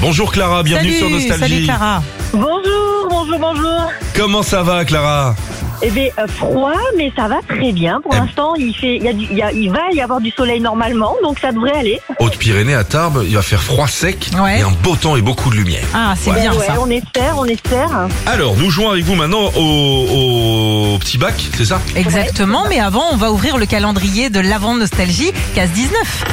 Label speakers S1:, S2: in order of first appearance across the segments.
S1: Bonjour Clara, Ah, bienvenue
S2: salut,
S1: sur
S2: salut
S1: Nostalgie.
S2: Clara.
S3: Bonjour, bonjour, bonjour.
S1: Comment ça va Clara
S3: Eh bien, euh, froid, mais ça va très bien. Pour
S1: Eh.
S3: l'instant, il fait, il, y a du- il y a- il va y avoir du soleil normalement, donc ça devrait aller.
S1: Haute-Pyrénées à Tarbes, il va faire froid sec
S2: Ouais.
S1: et un beau temps et beaucoup de lumière.
S2: Ah, c'est
S1: Ouais.
S2: bien
S3: ouais,
S2: ça.
S3: on espère, on espère.
S1: Alors, nous jouons avec vous maintenant au, au petit bac, c'est ça
S2: Exactement, mais avant, on va ouvrir le calendrier de l'avant nostalgie, case 19.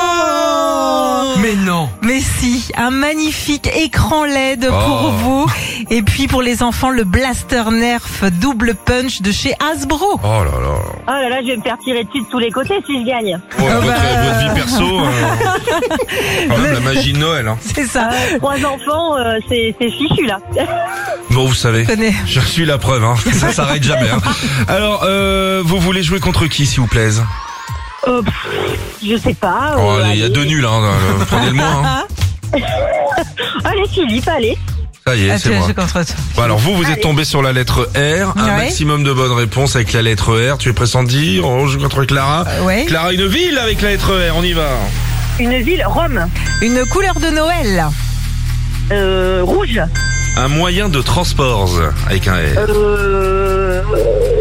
S1: Oh Mais non
S2: Mais si, un magnifique écran LED
S1: Oh.
S2: pour vous. Et puis pour les enfants, le Blaster Nerf double punch de chez Hasbro.
S1: Oh là là
S3: Oh là là, je vais me faire tirer dessus de tous les côtés si je gagne.
S1: Oh,
S2: Ah
S1: votre,
S2: bah.
S1: votre vie perso, euh, quand même la magie de Noël. Hein.
S2: C'est ça.
S3: Trois enfants, euh, c'est c'est fichu là.
S1: Bon, vous savez,
S2: Tenez.
S1: je suis la preuve, hein. ça s'arrête jamais. hein. Alors, euh, vous voulez jouer contre qui, s'il vous plaît
S3: Euh, pff, je sais pas.
S1: Oh,
S3: euh,
S1: allez, Il y a
S3: allez.
S1: deux nuls, hein. euh, prenez le moins. hein.
S3: Allez, Philippe, allez.
S1: Ça y est,
S2: Ah,
S1: c'est
S2: tu
S1: moi.
S2: as joué contre toi.
S1: Bon, Bah alors vous, vous êtes
S3: Allez.
S1: tombé sur la lettre R. Un
S2: Ouais.
S1: maximum de bonnes réponses avec la lettre R. Tu es pressenti On joue contre Clara.
S2: Euh, ouais.
S1: Clara, une ville avec la lettre R. On y va.
S3: Une ville, Rome,
S2: Une couleur de Noël.
S3: euh, rouge,
S1: Un moyen de transport avec un
S2: Euh,
S1: R.
S3: euh,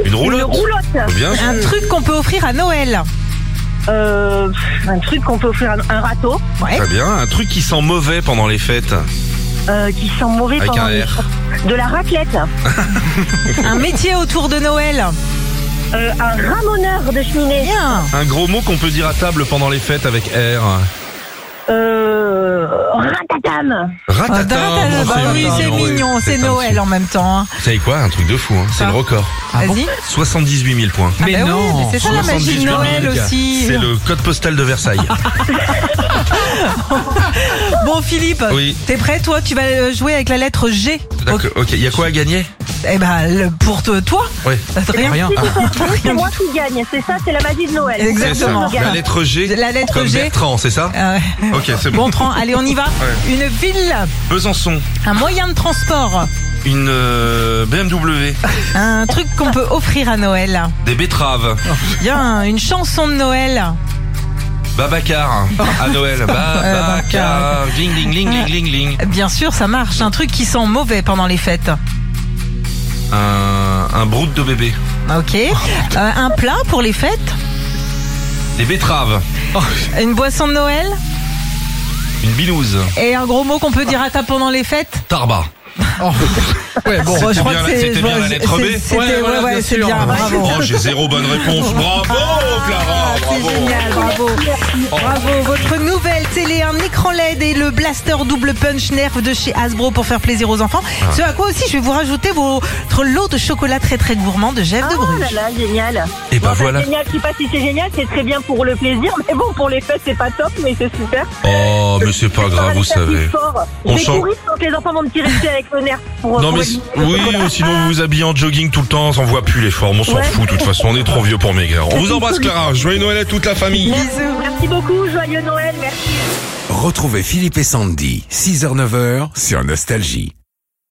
S1: Une
S3: une
S1: roulotte.
S3: roulotte,
S1: Bien sûr.
S2: Un truc qu'on peut offrir à Noël.
S3: euh, pff, un truc qu'on peut offrir à un, un râteau
S2: Ouais.
S1: Très bien. Un truc qui sent mauvais pendant les fêtes
S3: euh, qui sent mauvais
S1: avec
S3: pendant
S1: un R.
S3: de la raclette.
S2: Un métier autour de Noël.
S3: Euh, un ramoneur de cheminée.
S2: Bien.
S1: Un gros mot qu'on peut dire à table pendant les fêtes avec R.
S3: Euh, ratatam.
S2: Ah,
S1: Ratata.
S2: bah,
S1: bon,
S2: bah, oui, c'est
S1: oui.
S2: mignon, c'est
S1: un
S2: Noël
S1: petit-
S2: en même temps. hein.
S1: Vous savez quoi Un truc de fou. hein. C'est
S2: Ah.
S1: le record.
S2: Vas-y.
S1: 78 000 points.
S2: Ah bah oui, mais c'est ça la magie
S1: 78
S2: de
S1: 000,
S2: Noël
S1: Lucas.
S2: aussi.
S1: C'est le code postal de Versailles.
S2: Bon Philippe,
S1: Oui.
S2: t'es prêt toi Tu vas euh, jouer avec la lettre G.
S1: D'accord. Ok. Il y a quoi à gagner
S2: Eh ben le- pour te- toi,
S1: Oui.
S2: rien.
S3: C'est moi qui gagne. C'est ça, c'est la magie de Noël.
S1: C'est ça.
S2: Exactement.
S1: La lettre G.
S2: La lettre
S1: comme
S2: G.
S1: Bertrand, c'est ça
S2: Ah ouais.
S1: Ok, c'est
S2: Bon,
S1: bon.
S2: on prend, allez, on y va.
S1: Ouais.
S2: Une ville,
S1: Besançon,
S2: un moyen de transport,
S1: une euh, BMW,
S2: un truc qu'on peut offrir à Noël.
S1: des betteraves,
S2: Bien, une chanson de Noël.
S1: Babacar hein, à Noël, Babacar,
S2: Euh,
S1: ling ling ling ling ling ling.
S2: Bien sûr, ça marche. Un truc qui sent mauvais pendant les fêtes.
S1: Euh, Un, un broute de bébé,
S2: Ok. Euh, un plat pour les fêtes.
S1: des betteraves,
S2: Une boisson de Noël.
S1: une binouse,
S2: Et un gros mot qu'on peut dire à table pendant les fêtes.
S1: Tarba.
S2: Ouais, bon,
S1: C'était
S2: Oh, je crois
S1: bien
S2: que
S1: la-
S2: c'est-
S1: c'était
S2: je
S1: bien
S2: vois-
S1: la lettre
S2: c'est-
S1: B.
S2: c'était-
S4: Ouais,
S2: ouais,
S4: voilà,
S2: ouais,
S4: bien
S2: c'est
S4: sûr.
S2: bien, bravo.
S1: Oh, j'ai zéro bonne réponse. Bravo, Oh, Clara.
S2: Ah, c'est
S1: Bravo. Oh.
S2: génial, bravo. Bravo, votre nouvelle télé, un écran LED et le blaster double punch nerf de chez Hasbro pour faire plaisir aux enfants.
S1: Ah.
S2: Ce à quoi aussi je vais vous rajouter votre lot de chocolat très très gourmand de Jeff de
S3: Oh là
S2: Bruges.
S3: là, génial.
S1: Et Ah, bah
S3: Bon,
S1: voilà.
S3: Génial, je sais pas si c'est génial, c'est très bien pour le plaisir, mais bon, pour les fêtes, c'est pas top, mais c'est super.
S1: Oh, mais c'est pas
S3: Ça va
S1: grave,
S3: les
S1: vous
S3: faire plus
S1: savez.
S3: forts.
S1: On
S3: Je vais
S1: sent-
S3: courir quand les enfants vont me tirer dessus avec le nerf. Pour,
S1: Non
S3: pour
S1: mais
S3: éliminer le
S1: oui,
S3: chocolat.
S1: ou sinon vous vous habillez en jogging tout le temps, on voit plus les formes, on s'en
S3: Ouais.
S1: fout de toute façon, on est trop vieux pour maigrir. On vous embrasse Clara, joyeux Noël à toute la famille.
S2: Bisous.
S3: Merci beaucoup, joyeux Noël, merci.
S4: Retrouvez Philippe et Sandy, 6h-9h sur Nostalgie.